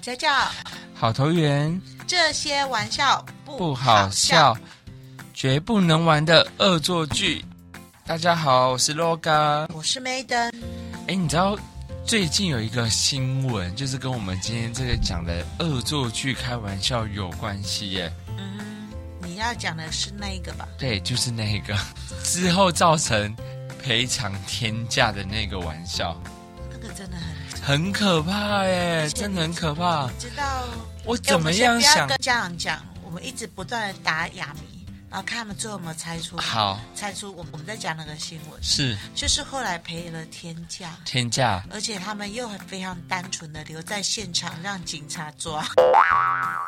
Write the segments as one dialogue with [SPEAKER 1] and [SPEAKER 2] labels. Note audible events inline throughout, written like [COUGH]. [SPEAKER 1] 家教，
[SPEAKER 2] 好投缘
[SPEAKER 1] 这些玩笑不
[SPEAKER 2] 不
[SPEAKER 1] 好
[SPEAKER 2] 好笑，绝不能玩的恶作剧。大家好，我是 LOGA。
[SPEAKER 1] 我是 Maiden，
[SPEAKER 2] 哎，你知道最近有一个新闻，就是跟我们今天这个讲的恶作剧开玩笑有关系耶。
[SPEAKER 1] 嗯，你要讲的是那一个吧？
[SPEAKER 2] 对，就是那个 [LAUGHS] 之后造成赔偿天价的那个玩笑，
[SPEAKER 1] 那个真的很，
[SPEAKER 2] 很可怕耶，
[SPEAKER 1] 且
[SPEAKER 2] 真的很可怕。
[SPEAKER 1] 你知道
[SPEAKER 2] 我
[SPEAKER 1] 哎我
[SPEAKER 2] 怎么
[SPEAKER 1] 们先
[SPEAKER 2] 样
[SPEAKER 1] 不要
[SPEAKER 2] 想？
[SPEAKER 1] 跟家长讲，我们一直不断的打哑谜，然后看他们最后有没有猜出，
[SPEAKER 2] 好，
[SPEAKER 1] 猜出我们我们在讲那个新闻，
[SPEAKER 2] 是
[SPEAKER 1] 就是后来赔了天价。
[SPEAKER 2] 天价。
[SPEAKER 1] 而且他们又很非常单纯的留在现场让警察抓，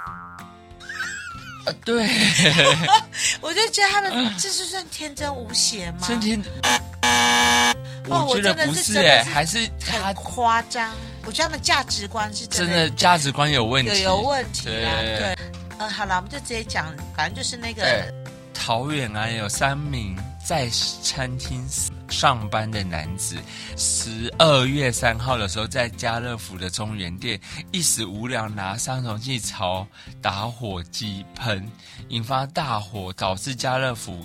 [SPEAKER 1] [LAUGHS]
[SPEAKER 2] 呃，对，
[SPEAKER 1] 我就觉得他们这是算天真无邪吗？
[SPEAKER 2] 春嗯天，
[SPEAKER 1] 哦
[SPEAKER 2] 我觉得
[SPEAKER 1] 我真的
[SPEAKER 2] 不
[SPEAKER 1] 是
[SPEAKER 2] 是
[SPEAKER 1] 真的
[SPEAKER 2] 哎，
[SPEAKER 1] 是
[SPEAKER 2] 还是他
[SPEAKER 1] 很夸张，我觉得他们价值观是真
[SPEAKER 2] 真
[SPEAKER 1] 的
[SPEAKER 2] 的价值观有问
[SPEAKER 1] 有
[SPEAKER 2] 题。
[SPEAKER 1] 有问题啦。
[SPEAKER 2] 对
[SPEAKER 1] 对，呃，好了，我们就直接讲，反正就是那
[SPEAKER 2] 对
[SPEAKER 1] 个，
[SPEAKER 2] 桃园啊，有三名在餐厅上班的男子，十二月三号的时候，在家乐福的中原店一时无聊拿杀虫剂朝打火机喷，引发大火，导致家乐福。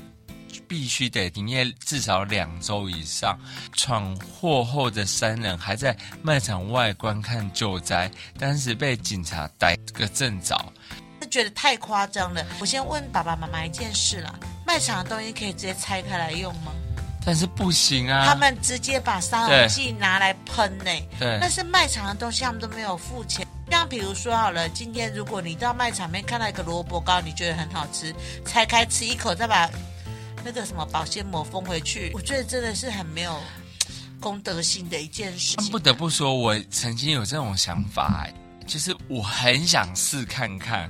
[SPEAKER 2] 必须得停业至少两周以上。闯祸后的三人还在卖场外观看救灾，当时被警察逮个正着。
[SPEAKER 1] 就觉得太夸张了。我先问爸爸妈妈一件事啦，卖场的东西可以直接拆开来用吗？
[SPEAKER 2] 但是不行啊，
[SPEAKER 1] 他们直接把杀虫剂拿来喷呢、
[SPEAKER 2] 对
[SPEAKER 1] 但是卖场的东西他们都没有付钱。像比如说好了，今天如果你到卖场面看到一个萝卜糕，你觉得很好吃，拆开吃一口，再把那个什么保鲜膜封回去，我觉得真的是很没有公德心的一件事
[SPEAKER 2] 但
[SPEAKER 1] 情。
[SPEAKER 2] 不得不说，我曾经有这种想法、哎就是我很想试看看。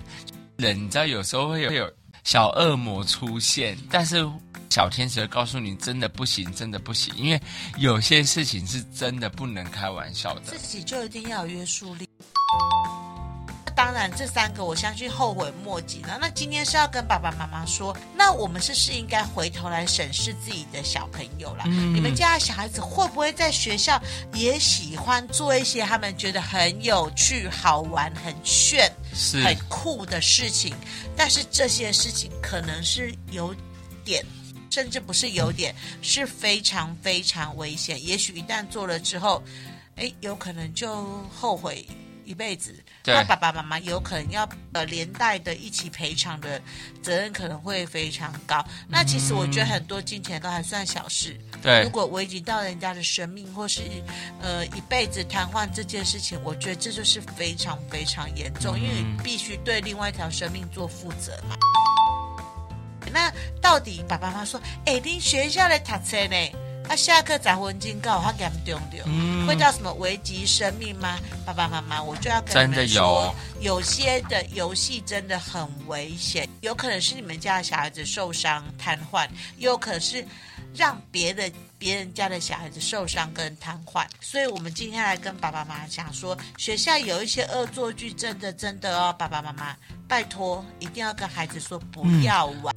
[SPEAKER 2] 人你知道，有时候会有会有小恶魔出现，但是小天使会告诉你，真的不行，真的不行，因为有些事情是真的不能开玩笑的
[SPEAKER 1] 自。己就一定要有约束力。当然，这三个我相信后悔莫及了。那今天是要跟爸爸妈妈说，那我们是不是应该回头来审视自己的小朋友啦？
[SPEAKER 2] 嗯
[SPEAKER 1] 你们家的小孩子会不会在学校也喜欢做一些他们觉得很有趣、好玩、很炫、
[SPEAKER 2] 是
[SPEAKER 1] 很酷的事情？但是这些事情可能是有点。甚至不是有点，是非常非常危险。也许一旦做了之后，哎，有可能就后悔一辈子。
[SPEAKER 2] 对
[SPEAKER 1] 那爸爸妈妈有可能要呃连带的一起赔偿的责任可能会非常高。那其实我觉得
[SPEAKER 2] 嗯
[SPEAKER 1] 很多金钱都还算小事。如
[SPEAKER 2] 对，
[SPEAKER 1] 果危及到人家的生命或是呃一辈子瘫痪这件事情，我觉得这就是非常非常严重，
[SPEAKER 2] 嗯
[SPEAKER 1] 因为你必须对另外一条生命做负责嘛。那到底爸爸妈妈说，哎、恁学校的读册呢？啊，下课砸婚警告，好严重的哦。
[SPEAKER 2] 嗯
[SPEAKER 1] 会到什么危及生命吗？爸爸妈妈，我就要跟
[SPEAKER 2] 真
[SPEAKER 1] 你
[SPEAKER 2] 的
[SPEAKER 1] 们
[SPEAKER 2] 有
[SPEAKER 1] 说，有些的游戏真的很危险，有可能是你们家的小孩子受伤瘫痪，也有可能是让别的别人家的小孩子受伤跟瘫痪。所以，我们今天来跟爸爸妈妈讲说，学校有一些恶作剧，真的真的哦，爸爸妈妈，拜托一定要跟孩子说不
[SPEAKER 2] 嗯
[SPEAKER 1] 要玩。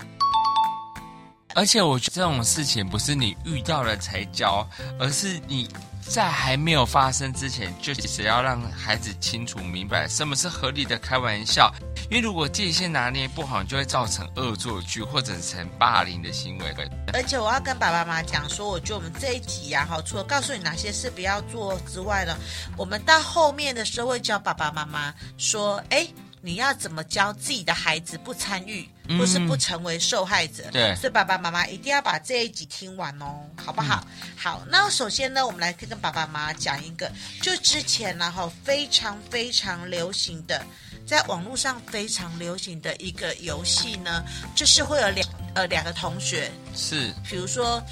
[SPEAKER 2] 而且我觉得这种事情不是你遇到了才教，而是你在还没有发生之前，就只要让孩子清楚明白什么是合理的开玩笑。因为如果界限拿捏不好，你就会造成恶作剧或者成霸凌的行为。
[SPEAKER 1] 而且我要跟爸爸妈妈讲说，我觉得我们这一集啊，好，除了告诉你哪些事不要做之外呢，我们到后面的时候会教爸爸妈妈说，哎。你要怎么教自己的孩子不参与，或是不成为受害者？
[SPEAKER 2] 对
[SPEAKER 1] 所以爸爸妈妈一定要把这一集听完哦，好不好？好，那首先呢，我们来跟爸爸妈妈讲一个，就之前呢、哈非常非常流行的，在网络上非常流行的一个游戏呢，就是会有两呃两个同学，
[SPEAKER 2] 是
[SPEAKER 1] 比如说，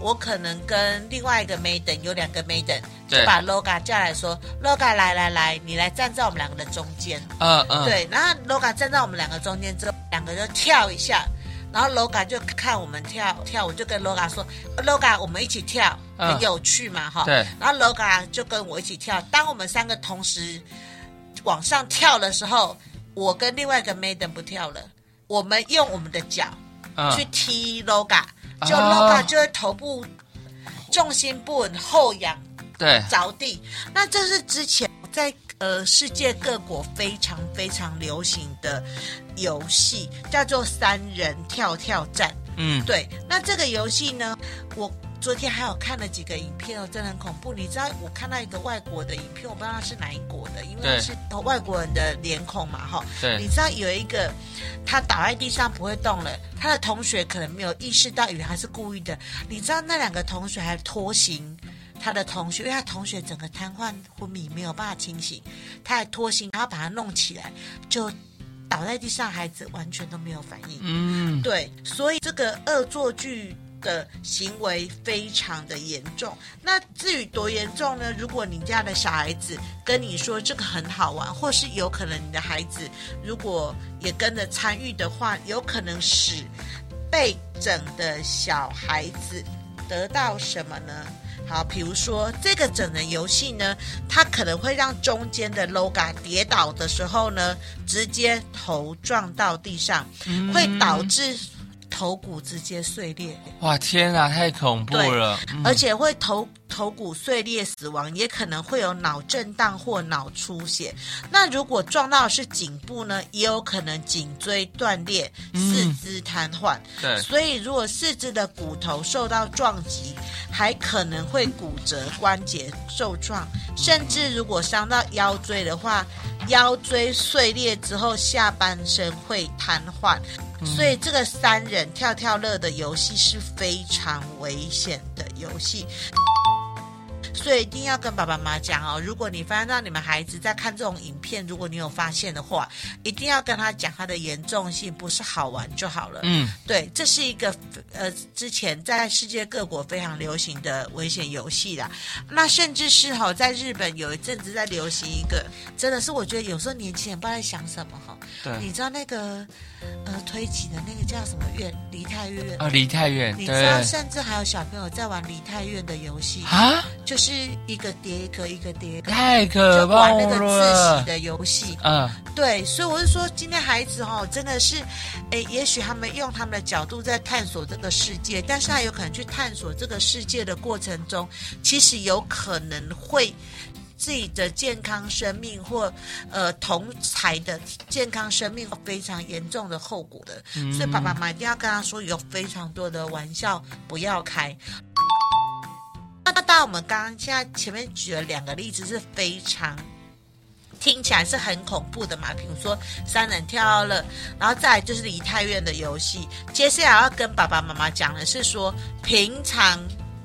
[SPEAKER 1] 我可能跟另外一个 maiden 有两个 maiden，就
[SPEAKER 2] 对
[SPEAKER 1] 把 loga 叫来说，loga 来来来，你来站在我们两个的中间。
[SPEAKER 2] 呃呃，
[SPEAKER 1] 对，然后 loga 站在我们两个中间之后，两个就跳一下，然后 loga 就看我们跳跳，我就跟 loga 说，loga 我们一起跳，
[SPEAKER 2] 嗯
[SPEAKER 1] 很有趣嘛哈。
[SPEAKER 2] 对
[SPEAKER 1] 然后 loga 就跟我一起跳，当我们三个同时往上跳的时候，我跟另外一个 maiden 不跳了，我们用我们的脚。
[SPEAKER 2] 嗯
[SPEAKER 1] 去踢 LOGA，
[SPEAKER 2] 啊
[SPEAKER 1] 就 LOGA 就会头部重心不稳后仰
[SPEAKER 2] 对
[SPEAKER 1] 着地。那这是之前在呃世界各国非常非常流行的游戏，叫做三人跳跳战。
[SPEAKER 2] 嗯，
[SPEAKER 1] 对，那这个游戏呢，我昨天还有看了几个影片哦，真的很恐怖。你知道我看到一个外国的影片，我不知道它是哪一国的，因为它
[SPEAKER 2] 对
[SPEAKER 1] 是外国人的脸孔嘛，哈。你
[SPEAKER 2] 对，
[SPEAKER 1] 知道有一个，他倒在地上不会动了，他的同学可能没有意识到，以为他是故意的。你知道那两个同学还拖行他的同学，因为他同学整个瘫痪昏迷，没有办法清醒，他还拖行，然后把他弄起来，就倒在地上，孩子完全都没有反应。
[SPEAKER 2] 嗯，
[SPEAKER 1] 对，所以这个恶作剧的行为非常的严重。那至于多严重呢？如果你家的小孩子跟你说这个很好玩，或是有可能你的孩子如果也跟着参与的话，有可能使被整的小孩子得到什么呢？好，比如说这个整人游戏呢，它可能会让中间的 LOGA 跌倒的时候呢，直接头撞到地上，会导致头骨直接碎裂，
[SPEAKER 2] 哇，天啊，太恐怖了，嗯
[SPEAKER 1] 而且会头头骨碎裂死亡，也可能会有脑震荡或脑出血。那如果撞到的是颈部呢，也有可能颈椎断裂、四肢瘫痪。
[SPEAKER 2] 对，
[SPEAKER 1] 所以，如果四肢的骨头受到撞击，还可能会骨折、关节受创，甚至如果伤到腰椎的话，腰椎碎裂之后下半身会瘫痪。所以，这个三人跳跳乐的游戏是非常危险的游戏。所以一定要跟爸爸妈妈讲哦，如果你发现到你们孩子在看这种影片，如果你有发现的话，一定要跟他讲它的严重性，不是好玩就好了。
[SPEAKER 2] 嗯，
[SPEAKER 1] 对，这是一个呃，之前在世界各国非常流行的危险游戏啦。那甚至是哈、在日本有一阵子在流行一个，真的是我觉得有时候年轻人不知道在想什么哈、
[SPEAKER 2] 对，
[SPEAKER 1] 你知道那个呃推挤的那个叫什么院？梨泰院。
[SPEAKER 2] 啊，离太远，
[SPEAKER 1] 你知
[SPEAKER 2] 对，
[SPEAKER 1] 道，甚至还有小朋友在玩梨泰院的游戏，
[SPEAKER 2] 啊，
[SPEAKER 1] 就是一个叠一个，一个叠一个，
[SPEAKER 2] 太可
[SPEAKER 1] 就
[SPEAKER 2] 怕
[SPEAKER 1] 玩那个自
[SPEAKER 2] 了
[SPEAKER 1] 喜，的游戏。
[SPEAKER 2] 嗯，
[SPEAKER 1] 对，所以我是说，今天孩子哦，真的是，诶，也许他们用他们的角度在探索这个世界，但是他有可能去探索这个世界的过程中，其实有可能会自己的健康生命或呃同才的健康生命有非常严重的后果的。所以爸爸妈妈一定要跟他说，有非常多的玩笑不要开。那那当然，我们刚刚现在前面举了两个例子是非常听起来是很恐怖的嘛，比如说三人跳了，然后再来就是梨泰院的游戏。接下来要跟爸爸妈妈讲的是说，平常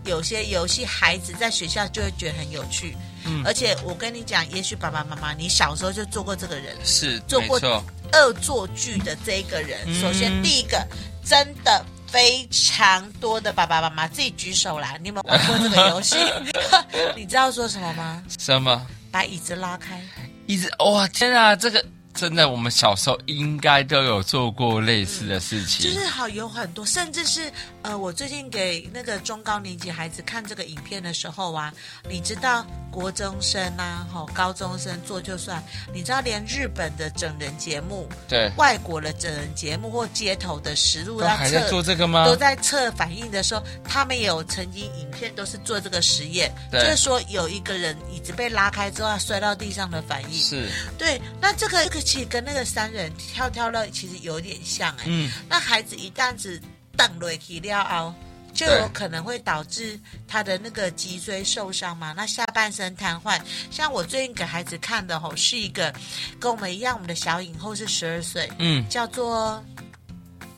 [SPEAKER 1] 有些游戏孩子在学校就会觉得很有趣，
[SPEAKER 2] 嗯
[SPEAKER 1] 而且我跟你讲，也许爸爸妈妈你小时候就做过这个人，
[SPEAKER 2] 是，
[SPEAKER 1] 做
[SPEAKER 2] 没
[SPEAKER 1] 过
[SPEAKER 2] 错，
[SPEAKER 1] 恶作剧的这一个人。
[SPEAKER 2] 嗯
[SPEAKER 1] 首先第一个，真的。非常多的爸爸妈妈自己举手来，你有没有玩过这个游戏？ [LAUGHS] 你知道说什么吗？
[SPEAKER 2] 什么？
[SPEAKER 1] 把椅子拉开，
[SPEAKER 2] 一直哇天啊，这个真的，我们小时候应该都有做过类似的事情。
[SPEAKER 1] 就是好有很多，甚至是呃，我最近给那个中高年级孩子看这个影片的时候啊，你知道国中生啊，吼、高中生做就算，你知道连日本的整人节目、
[SPEAKER 2] 对，
[SPEAKER 1] 外国的整人节目或街头的实录
[SPEAKER 2] 都还在做啊
[SPEAKER 1] 测。
[SPEAKER 2] 这个吗？
[SPEAKER 1] 都在测反应的时候，他们也有曾经影片都是做这个实验，就是
[SPEAKER 2] 对
[SPEAKER 1] 说有一个人椅子被拉开之后他摔到地上的反应。
[SPEAKER 2] 是，
[SPEAKER 1] 对，那这个这个其实跟那个三人跳跳乐其实有点像哎、
[SPEAKER 2] 嗯，
[SPEAKER 1] 那孩子一旦只蹬落去了后，就有可能会导致他的那个脊椎受伤嘛，那下半身瘫痪。像我最近给孩子看的吼，是一个跟我们一样，我们的小影后是十二岁，
[SPEAKER 2] 嗯，
[SPEAKER 1] 叫做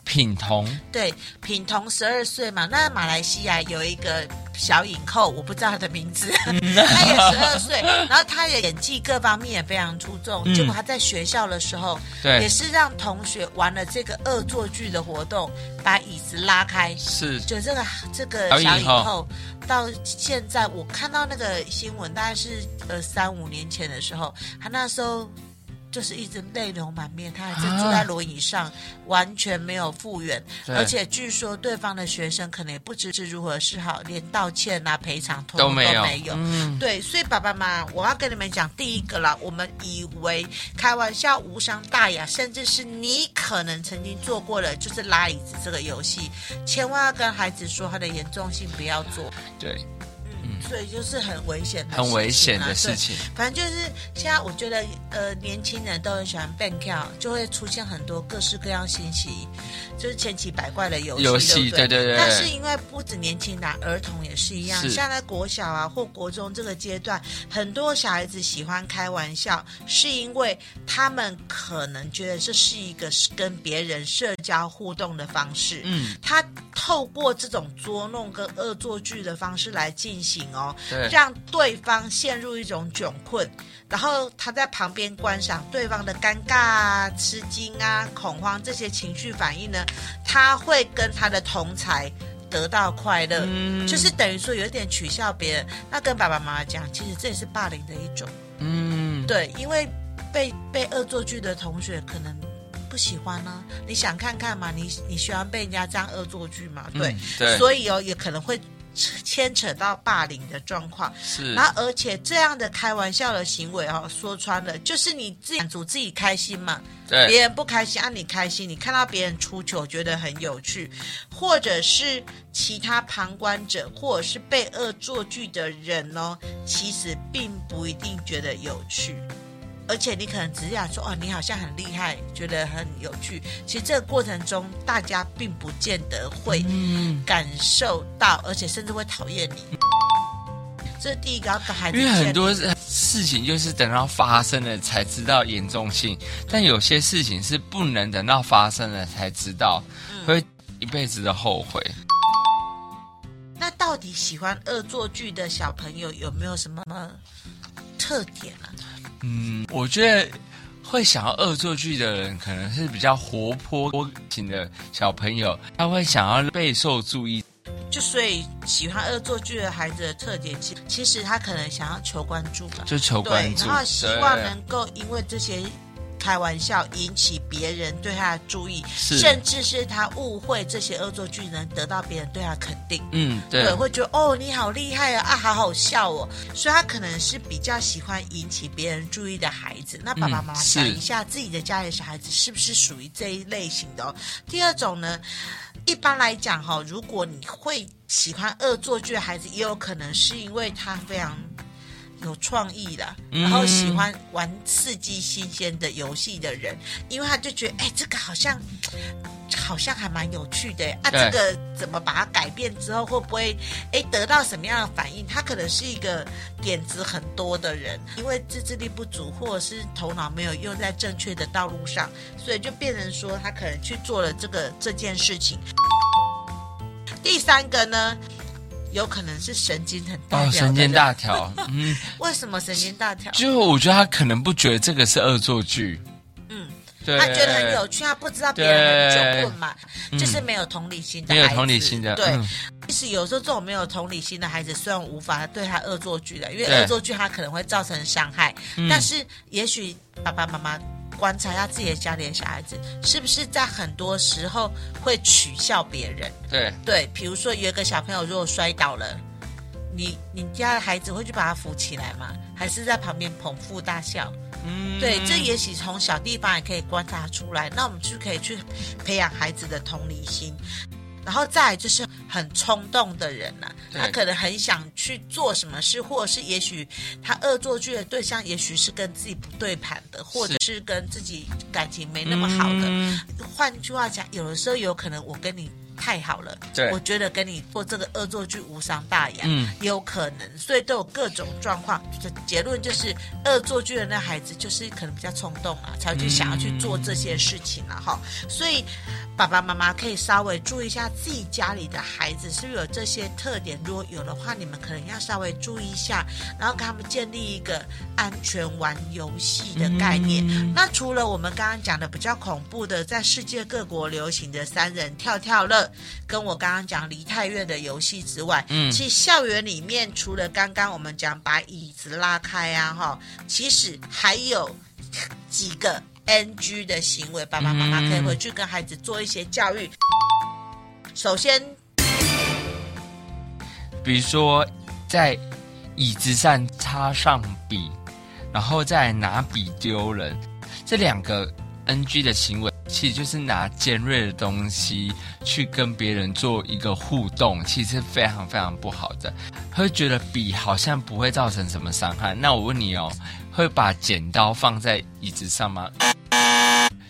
[SPEAKER 2] 品同，
[SPEAKER 1] 对品彤十二岁嘛。那马来西亚有一个小影后，我不知道她的名字，她也十二岁，然后她的演技各方面也非常出众。
[SPEAKER 2] 嗯
[SPEAKER 1] 结果她在学校的时候，也
[SPEAKER 2] 对，
[SPEAKER 1] 是让同学玩了这个恶作剧的活动，把椅子拉开。
[SPEAKER 2] 是，
[SPEAKER 1] 就这个这个
[SPEAKER 2] 小
[SPEAKER 1] 小
[SPEAKER 2] 影
[SPEAKER 1] 影
[SPEAKER 2] 后
[SPEAKER 1] 后，到现在我看到那个新闻，大概是呃三五年前的时候，她那时候就是一直泪流满面，她还是坐在
[SPEAKER 2] 啊
[SPEAKER 1] 轮椅上，完全没有复原，
[SPEAKER 2] 对
[SPEAKER 1] 而且据说对方的学生可能也不知是如何是好，连道歉啊赔偿通通
[SPEAKER 2] 都
[SPEAKER 1] 都
[SPEAKER 2] 没有，
[SPEAKER 1] 没有。
[SPEAKER 2] 嗯，
[SPEAKER 1] 对，所以爸爸妈妈，我要跟你们讲，第一个啦，我们以为开玩笑无伤大雅，甚至是你可能曾经做过的，就是拉椅子这个游戏，千万要跟孩子说它的严重性，不要做。
[SPEAKER 2] 对，
[SPEAKER 1] 嗯，所以就是很危险的事情啊、
[SPEAKER 2] 很危险的事
[SPEAKER 1] 对
[SPEAKER 2] 情。
[SPEAKER 1] 反正就是现在，我觉得呃，年轻人都很喜欢 bank 跳，就会出现很多各式各样新奇，就是千奇百怪的游戏。
[SPEAKER 2] 游戏
[SPEAKER 1] 对不
[SPEAKER 2] 对对对
[SPEAKER 1] 但是因为不止年轻人、儿童也是一样。
[SPEAKER 2] 是
[SPEAKER 1] 像在国小啊或国中这个阶段，很多小孩子喜欢开玩笑，是因为他们可能觉得这是一个跟别人社交互动的方式。
[SPEAKER 2] 嗯，
[SPEAKER 1] 他透过这种捉弄跟恶作剧的方式来进行哦，
[SPEAKER 2] 对，
[SPEAKER 1] 让对方陷入一种窘困，然后他在旁边观赏对方的尴尬啊、吃惊啊、恐慌这些情绪反应呢，他会跟他的同才得到快乐，
[SPEAKER 2] 嗯
[SPEAKER 1] 就是等于说有点取笑别人。那跟爸爸妈妈讲，其实这也是霸凌的一种，
[SPEAKER 2] 嗯，
[SPEAKER 1] 对，因为被被恶作剧的同学可能。不喜欢呢、你想看看嘛？你你喜欢被人家这样恶作剧嘛？对，
[SPEAKER 2] 嗯对，
[SPEAKER 1] 所以哦，也可能会牵扯到霸凌的状况。
[SPEAKER 2] 是
[SPEAKER 1] 然后，而且这样的开玩笑的行为哦，说穿了就是你自己满足自己开心嘛，
[SPEAKER 2] 对
[SPEAKER 1] 别人不开心，啊，你开心，你看到别人出糗觉得很有趣，或者是其他旁观者或者是被恶作剧的人哦，其实并不一定觉得有趣。而且你可能只是想说哦，你好像很厉害，觉得很有趣。其实这个过程中，大家并不见得会
[SPEAKER 2] 嗯
[SPEAKER 1] 感受到，而且甚至会讨厌你。这是第一个要跟孩子
[SPEAKER 2] 因为
[SPEAKER 1] 建
[SPEAKER 2] 很
[SPEAKER 1] 立
[SPEAKER 2] 多事情就是等到发生了才知道严重性，但有些事情是不能等到发生了才知道，
[SPEAKER 1] 嗯
[SPEAKER 2] 会一辈子的后悔。
[SPEAKER 1] 那到底喜欢恶作剧的小朋友有没有什么特点啊？
[SPEAKER 2] 嗯，我觉得会想要恶作剧的人，可能是比较活泼型的小朋友，他会想要备受注意。
[SPEAKER 1] 就所以喜欢恶作剧的孩子的特点，其其实他可能想要求关注吧，
[SPEAKER 2] 就求关
[SPEAKER 1] 对，
[SPEAKER 2] 注，
[SPEAKER 1] 然后希望
[SPEAKER 2] 对
[SPEAKER 1] 能够因为这些开玩笑引起别人对他的注意，
[SPEAKER 2] 是
[SPEAKER 1] 甚至是他误会这些恶作剧能得到别人对他肯定。
[SPEAKER 2] 嗯，对，
[SPEAKER 1] 会觉得哦你好厉害啊，啊好好笑哦，所以他可能是比较喜欢引起别人注意的孩子。那爸爸妈妈
[SPEAKER 2] 嗯是
[SPEAKER 1] 想一下自己的家里的小孩子是不是属于这一类型的、哦？第二种呢，一般来讲哈、如果你会喜欢恶作剧的孩子，也有可能是因为他非常。有创意的，
[SPEAKER 2] 嗯
[SPEAKER 1] 然后喜欢玩刺激新鲜的游戏的人，因为他就觉得，哎、这个好像好像还蛮有趣的耶啊，
[SPEAKER 2] 对
[SPEAKER 1] 这个怎么把它改变之后，会不会哎得到什么样的反应？他可能是一个点子很多的人，因为自制力不足，或者是头脑没有用在正确的道路上，所以就变成说他可能去做了这个这件事情。第三个呢，有可能是神经很大条
[SPEAKER 2] 哦，
[SPEAKER 1] 的
[SPEAKER 2] 神经
[SPEAKER 1] 人 [LAUGHS]
[SPEAKER 2] 大条，嗯，
[SPEAKER 1] 为什么神经大条？
[SPEAKER 2] 就我觉得他可能不觉得这个是恶作剧，
[SPEAKER 1] 嗯，
[SPEAKER 2] 对，
[SPEAKER 1] 他觉得很有趣，他不知道别人很
[SPEAKER 2] 对嗯
[SPEAKER 1] 窘困嘛，就是没有同理心的
[SPEAKER 2] 没有
[SPEAKER 1] 孩子
[SPEAKER 2] 同理心的，
[SPEAKER 1] 对，
[SPEAKER 2] 嗯
[SPEAKER 1] 其实有时候这种没有同理心的孩子，虽然无法对他恶作剧的，因为
[SPEAKER 2] 对
[SPEAKER 1] 恶作剧他可能会造成伤害，但是也许爸爸妈妈观察一下自己的家里的小孩子，是不是在很多时候会取笑别人？
[SPEAKER 2] 对，
[SPEAKER 1] 对，比如说有一个小朋友如果摔倒了，你你家的孩子会去把他扶起来吗？还是在旁边捧腹大笑？
[SPEAKER 2] 嗯，
[SPEAKER 1] 对，这也许从小地方也可以观察出来。那我们就可以去培养孩子的同理心。然后再来就是很冲动的人呐、
[SPEAKER 2] 对
[SPEAKER 1] 他可能很想去做什么事，或者是也许他恶作剧的对象，也许是跟自己不对盘的，或者是跟自己感情没那么好的。
[SPEAKER 2] 嗯
[SPEAKER 1] 换句话讲，有的时候有可能我跟你太好了，
[SPEAKER 2] 对
[SPEAKER 1] 我觉得跟你做这个恶作剧无伤大雅，
[SPEAKER 2] 嗯，
[SPEAKER 1] 有可能，所以都有各种状况。就结论就是，恶作剧的那孩子就是可能比较冲动啊，才会去想要去做这些事情了、哈。所以爸爸妈妈可以稍微注意一下自己家里的孩子是不是有这些特点，如果有的话，你们可能要稍微注意一下，然后跟他们建立一个安全玩游戏的概念。那除了我们刚刚讲的比较恐怖的，在世界各国流行的三人跳跳乐，跟我刚刚讲梨泰院的游戏之外，
[SPEAKER 2] 嗯
[SPEAKER 1] 其实校园里面除了刚刚我们讲把椅子拉开啊，哈，其实还有几个 NG 的行为，爸爸妈妈可以回去跟孩子做一些教育。首先，
[SPEAKER 2] 比如说在椅子上插上笔，然后再拿笔丢人，这两个 NG 的行为，其实就是拿尖锐的东西去跟别人做一个互动，其实是非常非常不好的。会觉得笔好像不会造成什么伤害。那我问你哦，会把剪刀放在椅子上吗？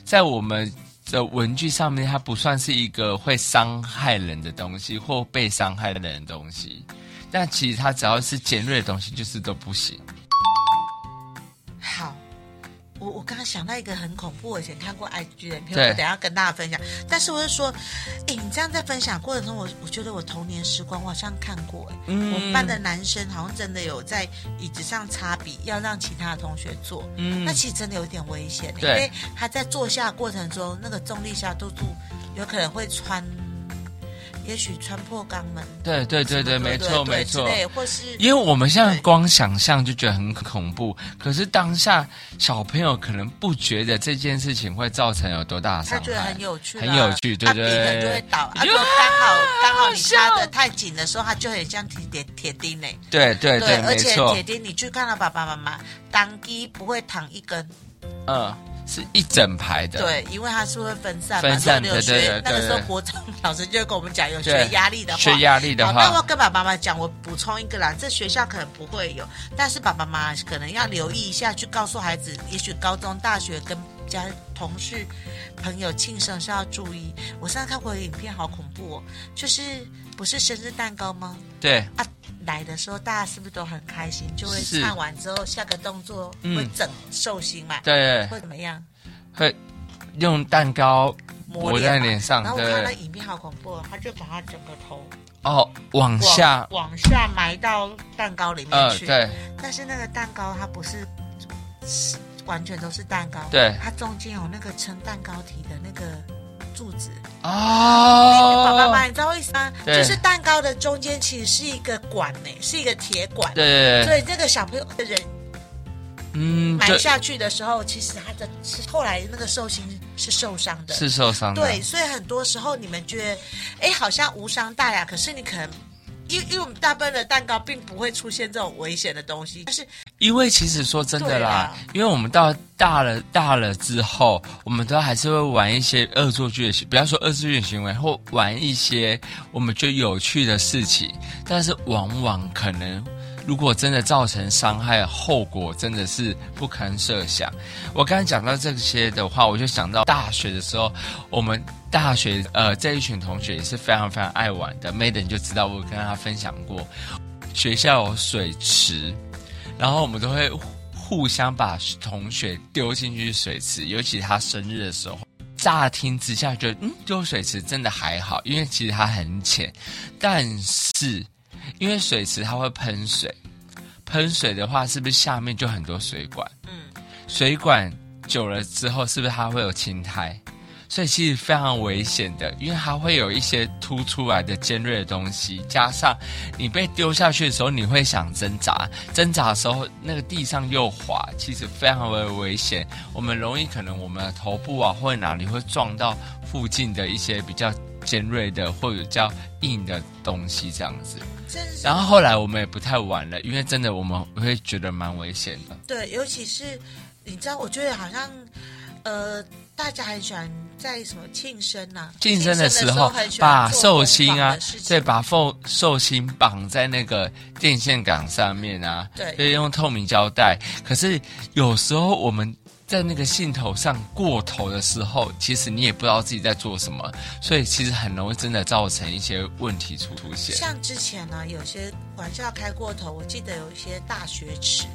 [SPEAKER 2] 在我们的文具上面，它不算是一个会伤害人的东西或被伤害的人的东西。但其实它只要是尖锐的东西，就是都不行。
[SPEAKER 1] 好，我我刚刚想到一个很恐怖，我以前看过 IG 的影片，
[SPEAKER 2] 对
[SPEAKER 1] 我等一下跟大家分享。但是我就说，哎、你这样在分享过程中，我我觉得我童年时光我好像看过、哎、
[SPEAKER 2] 嗯
[SPEAKER 1] 我们班的男生好像真的有在椅子上擦笔，要让其他的同学做，
[SPEAKER 2] 嗯
[SPEAKER 1] 那其实真的有点危险、欸
[SPEAKER 2] 对
[SPEAKER 1] 因为他在坐下过程中，那个重力下度度有可能会穿，也许穿破肛门，
[SPEAKER 2] 对对对对，没错
[SPEAKER 1] 对
[SPEAKER 2] 没错
[SPEAKER 1] 之。类，或是
[SPEAKER 2] 因为我们现在
[SPEAKER 1] 对
[SPEAKER 2] 光想象就觉得很恐怖，可是当下小朋友可能不觉得这件事情会造成有多大的
[SPEAKER 1] 他
[SPEAKER 2] 伤
[SPEAKER 1] 觉得
[SPEAKER 2] 害
[SPEAKER 1] 很，有趣啦，
[SPEAKER 2] 很有趣对
[SPEAKER 1] 他
[SPEAKER 2] 对
[SPEAKER 1] 笔可能就
[SPEAKER 2] 对
[SPEAKER 1] 会倒。啊，如
[SPEAKER 2] 你就
[SPEAKER 1] 果刚好刚好你
[SPEAKER 2] 笑
[SPEAKER 1] 插的太紧的时候，它就很像铁铁铁钉呢。
[SPEAKER 2] 对对对，
[SPEAKER 1] 而
[SPEAKER 2] 没
[SPEAKER 1] 且
[SPEAKER 2] 错
[SPEAKER 1] 铁，钉你去看到爸爸妈妈，当机不会躺一根，
[SPEAKER 2] 嗯，是一整排的，
[SPEAKER 1] 对，因为它是会分散嘛。
[SPEAKER 2] 分散
[SPEAKER 1] 如果你有
[SPEAKER 2] 对对
[SPEAKER 1] 学
[SPEAKER 2] 对对
[SPEAKER 1] 那个时候
[SPEAKER 2] 对
[SPEAKER 1] 国中老师就会跟我们讲，有
[SPEAKER 2] 对
[SPEAKER 1] 学压力的话，
[SPEAKER 2] 学压力的
[SPEAKER 1] 好，那我
[SPEAKER 2] 话，
[SPEAKER 1] 跟爸爸妈妈讲，我补充一个啦，这学校可能不会有，但是爸爸妈妈可能要留意一下，去告诉孩子，也许高中、大学跟家同事、朋友庆生是要注意。我上次看过一个影片，好恐怖哦，就是不是生日蛋糕吗？
[SPEAKER 2] 对
[SPEAKER 1] 啊，来的时候大家是不是都很开心？就会
[SPEAKER 2] 是
[SPEAKER 1] 唱完之后，下个动作
[SPEAKER 2] 嗯
[SPEAKER 1] 会整寿星嘛，
[SPEAKER 2] 对，
[SPEAKER 1] 会怎么样？
[SPEAKER 2] 会用蛋糕
[SPEAKER 1] 抹
[SPEAKER 2] 抹在
[SPEAKER 1] 嘛
[SPEAKER 2] 脸上
[SPEAKER 1] 然后我
[SPEAKER 2] 对
[SPEAKER 1] 看那影片好恐怖、哦，他就把他整个头
[SPEAKER 2] 哦往
[SPEAKER 1] 往
[SPEAKER 2] 下，
[SPEAKER 1] 往下埋到蛋糕里面
[SPEAKER 2] 呃，
[SPEAKER 1] 去。
[SPEAKER 2] 对
[SPEAKER 1] 但是那个蛋糕它不是是完全都是蛋糕，
[SPEAKER 2] 对
[SPEAKER 1] 它中间有那个撑蛋糕体的那个柱子。哎爸爸妈妈，
[SPEAKER 2] 哦，
[SPEAKER 1] 你知道为什么？
[SPEAKER 2] 对
[SPEAKER 1] 就是蛋糕的中间其实是一个管呢、是一个铁管。
[SPEAKER 2] 对对
[SPEAKER 1] 所
[SPEAKER 2] 对，
[SPEAKER 1] 以这个小朋友的人
[SPEAKER 2] 嗯，
[SPEAKER 1] 埋
[SPEAKER 2] 对，
[SPEAKER 1] 下去的时候，其实他的是后来那个寿星是受伤的。
[SPEAKER 2] 是受伤的，
[SPEAKER 1] 对，所以很多时候你们觉得，哎，好像无伤大雅，可是你可能。因因为我们大部分的蛋糕并不会出现这种危险的东西，但是
[SPEAKER 2] 因为其实说真的啦，
[SPEAKER 1] 对
[SPEAKER 2] 因为我们到大了大了之后，我们都还是会玩一些恶作剧的行，不要说恶作剧的行为，或玩一些我们觉得有趣的事情，但是往往可能。如果真的造成伤害，后果真的是不堪设想。我刚才讲到这些的话，我就想到大学的时候，我们大学呃这一群同学也是非常非常爱玩的。Maiden 就知道我有跟他分享过，学校有水池，然后我们都会互互相把同学丢进去水池，尤其他生日的时候。乍听之下觉得，嗯，丢水池真的还好，因为其实它很浅。但是，因为水池它会喷水，喷水的话，是不是下面就很多水管？
[SPEAKER 1] 嗯，
[SPEAKER 2] 水管久了之后，是不是它会有青苔？所以其实非常危险的，因为它会有一些凸出来的尖锐的东西，加上你被丢下去的时候，你会想挣扎，挣扎的时候那个地上又滑，其实非常的危险。我们容易可能我们的头部啊或者哪里会撞到附近的一些比较尖锐的或者比较硬的东西这样子。
[SPEAKER 1] 真是
[SPEAKER 2] 然后后来我们也不太玩了，因为真的我们会觉得蛮危险的。
[SPEAKER 1] 对，尤其是你知道，我觉得好像呃，大家很喜欢在什么庆生呐、
[SPEAKER 2] 晋升的
[SPEAKER 1] 的
[SPEAKER 2] 时候
[SPEAKER 1] 很，喜欢
[SPEAKER 2] 把
[SPEAKER 1] 做
[SPEAKER 2] 寿
[SPEAKER 1] 疯
[SPEAKER 2] 星
[SPEAKER 1] 狂
[SPEAKER 2] 啊
[SPEAKER 1] 的事，情
[SPEAKER 2] 对，把寿寿星绑在那个电线杆上面啊，
[SPEAKER 1] 对
[SPEAKER 2] 对，用透明胶带。可是有时候我们在那个兴头上过头的时候，其实你也不知道自己在做什么，所以其实很容易真的造成一些问题出出现。
[SPEAKER 1] 像之前呢、有些玩笑开过头，我记得有一些大学池，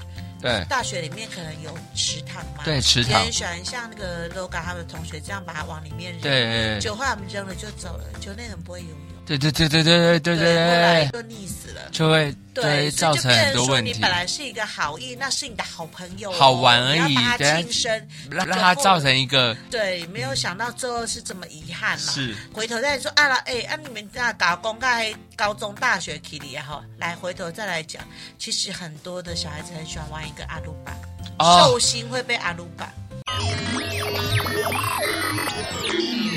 [SPEAKER 2] 对
[SPEAKER 1] 大学里面可能有池塘嘛，
[SPEAKER 2] 对，池
[SPEAKER 1] 也
[SPEAKER 2] 塘，
[SPEAKER 1] 很喜欢像那个 Loga 他们同学这样把它往里面扔，，
[SPEAKER 2] 对
[SPEAKER 1] 就后来我们扔了就走了，就那个人不会游泳，
[SPEAKER 2] 对对对对对对对
[SPEAKER 1] 后来
[SPEAKER 2] 对，
[SPEAKER 1] 就溺死了。
[SPEAKER 2] 就会就
[SPEAKER 1] 对，
[SPEAKER 2] 会造
[SPEAKER 1] 所以就
[SPEAKER 2] 成
[SPEAKER 1] 变
[SPEAKER 2] 很
[SPEAKER 1] 成
[SPEAKER 2] 多
[SPEAKER 1] 说
[SPEAKER 2] 问
[SPEAKER 1] 你
[SPEAKER 2] 题
[SPEAKER 1] 本。来是一个好意，那是你的好朋友哦、
[SPEAKER 2] 好玩而已
[SPEAKER 1] 你要把
[SPEAKER 2] 等
[SPEAKER 1] 他
[SPEAKER 2] 下
[SPEAKER 1] 庆生，然
[SPEAKER 2] 让让它
[SPEAKER 1] 后
[SPEAKER 2] 造成一个
[SPEAKER 1] 对，没有想到最后是这么遗憾嘛。
[SPEAKER 2] 是
[SPEAKER 1] 回头再说啊啦，哎、啊你们那搞公盖高中、大学体里也好，来回头再来讲。其实很多的小孩子很喜欢玩一个阿鲁巴，
[SPEAKER 2] 哦
[SPEAKER 1] 寿星会被阿鲁巴。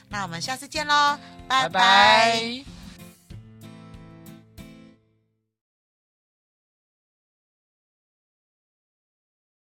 [SPEAKER 1] 那我们下次见喽，拜拜
[SPEAKER 2] 拜拜。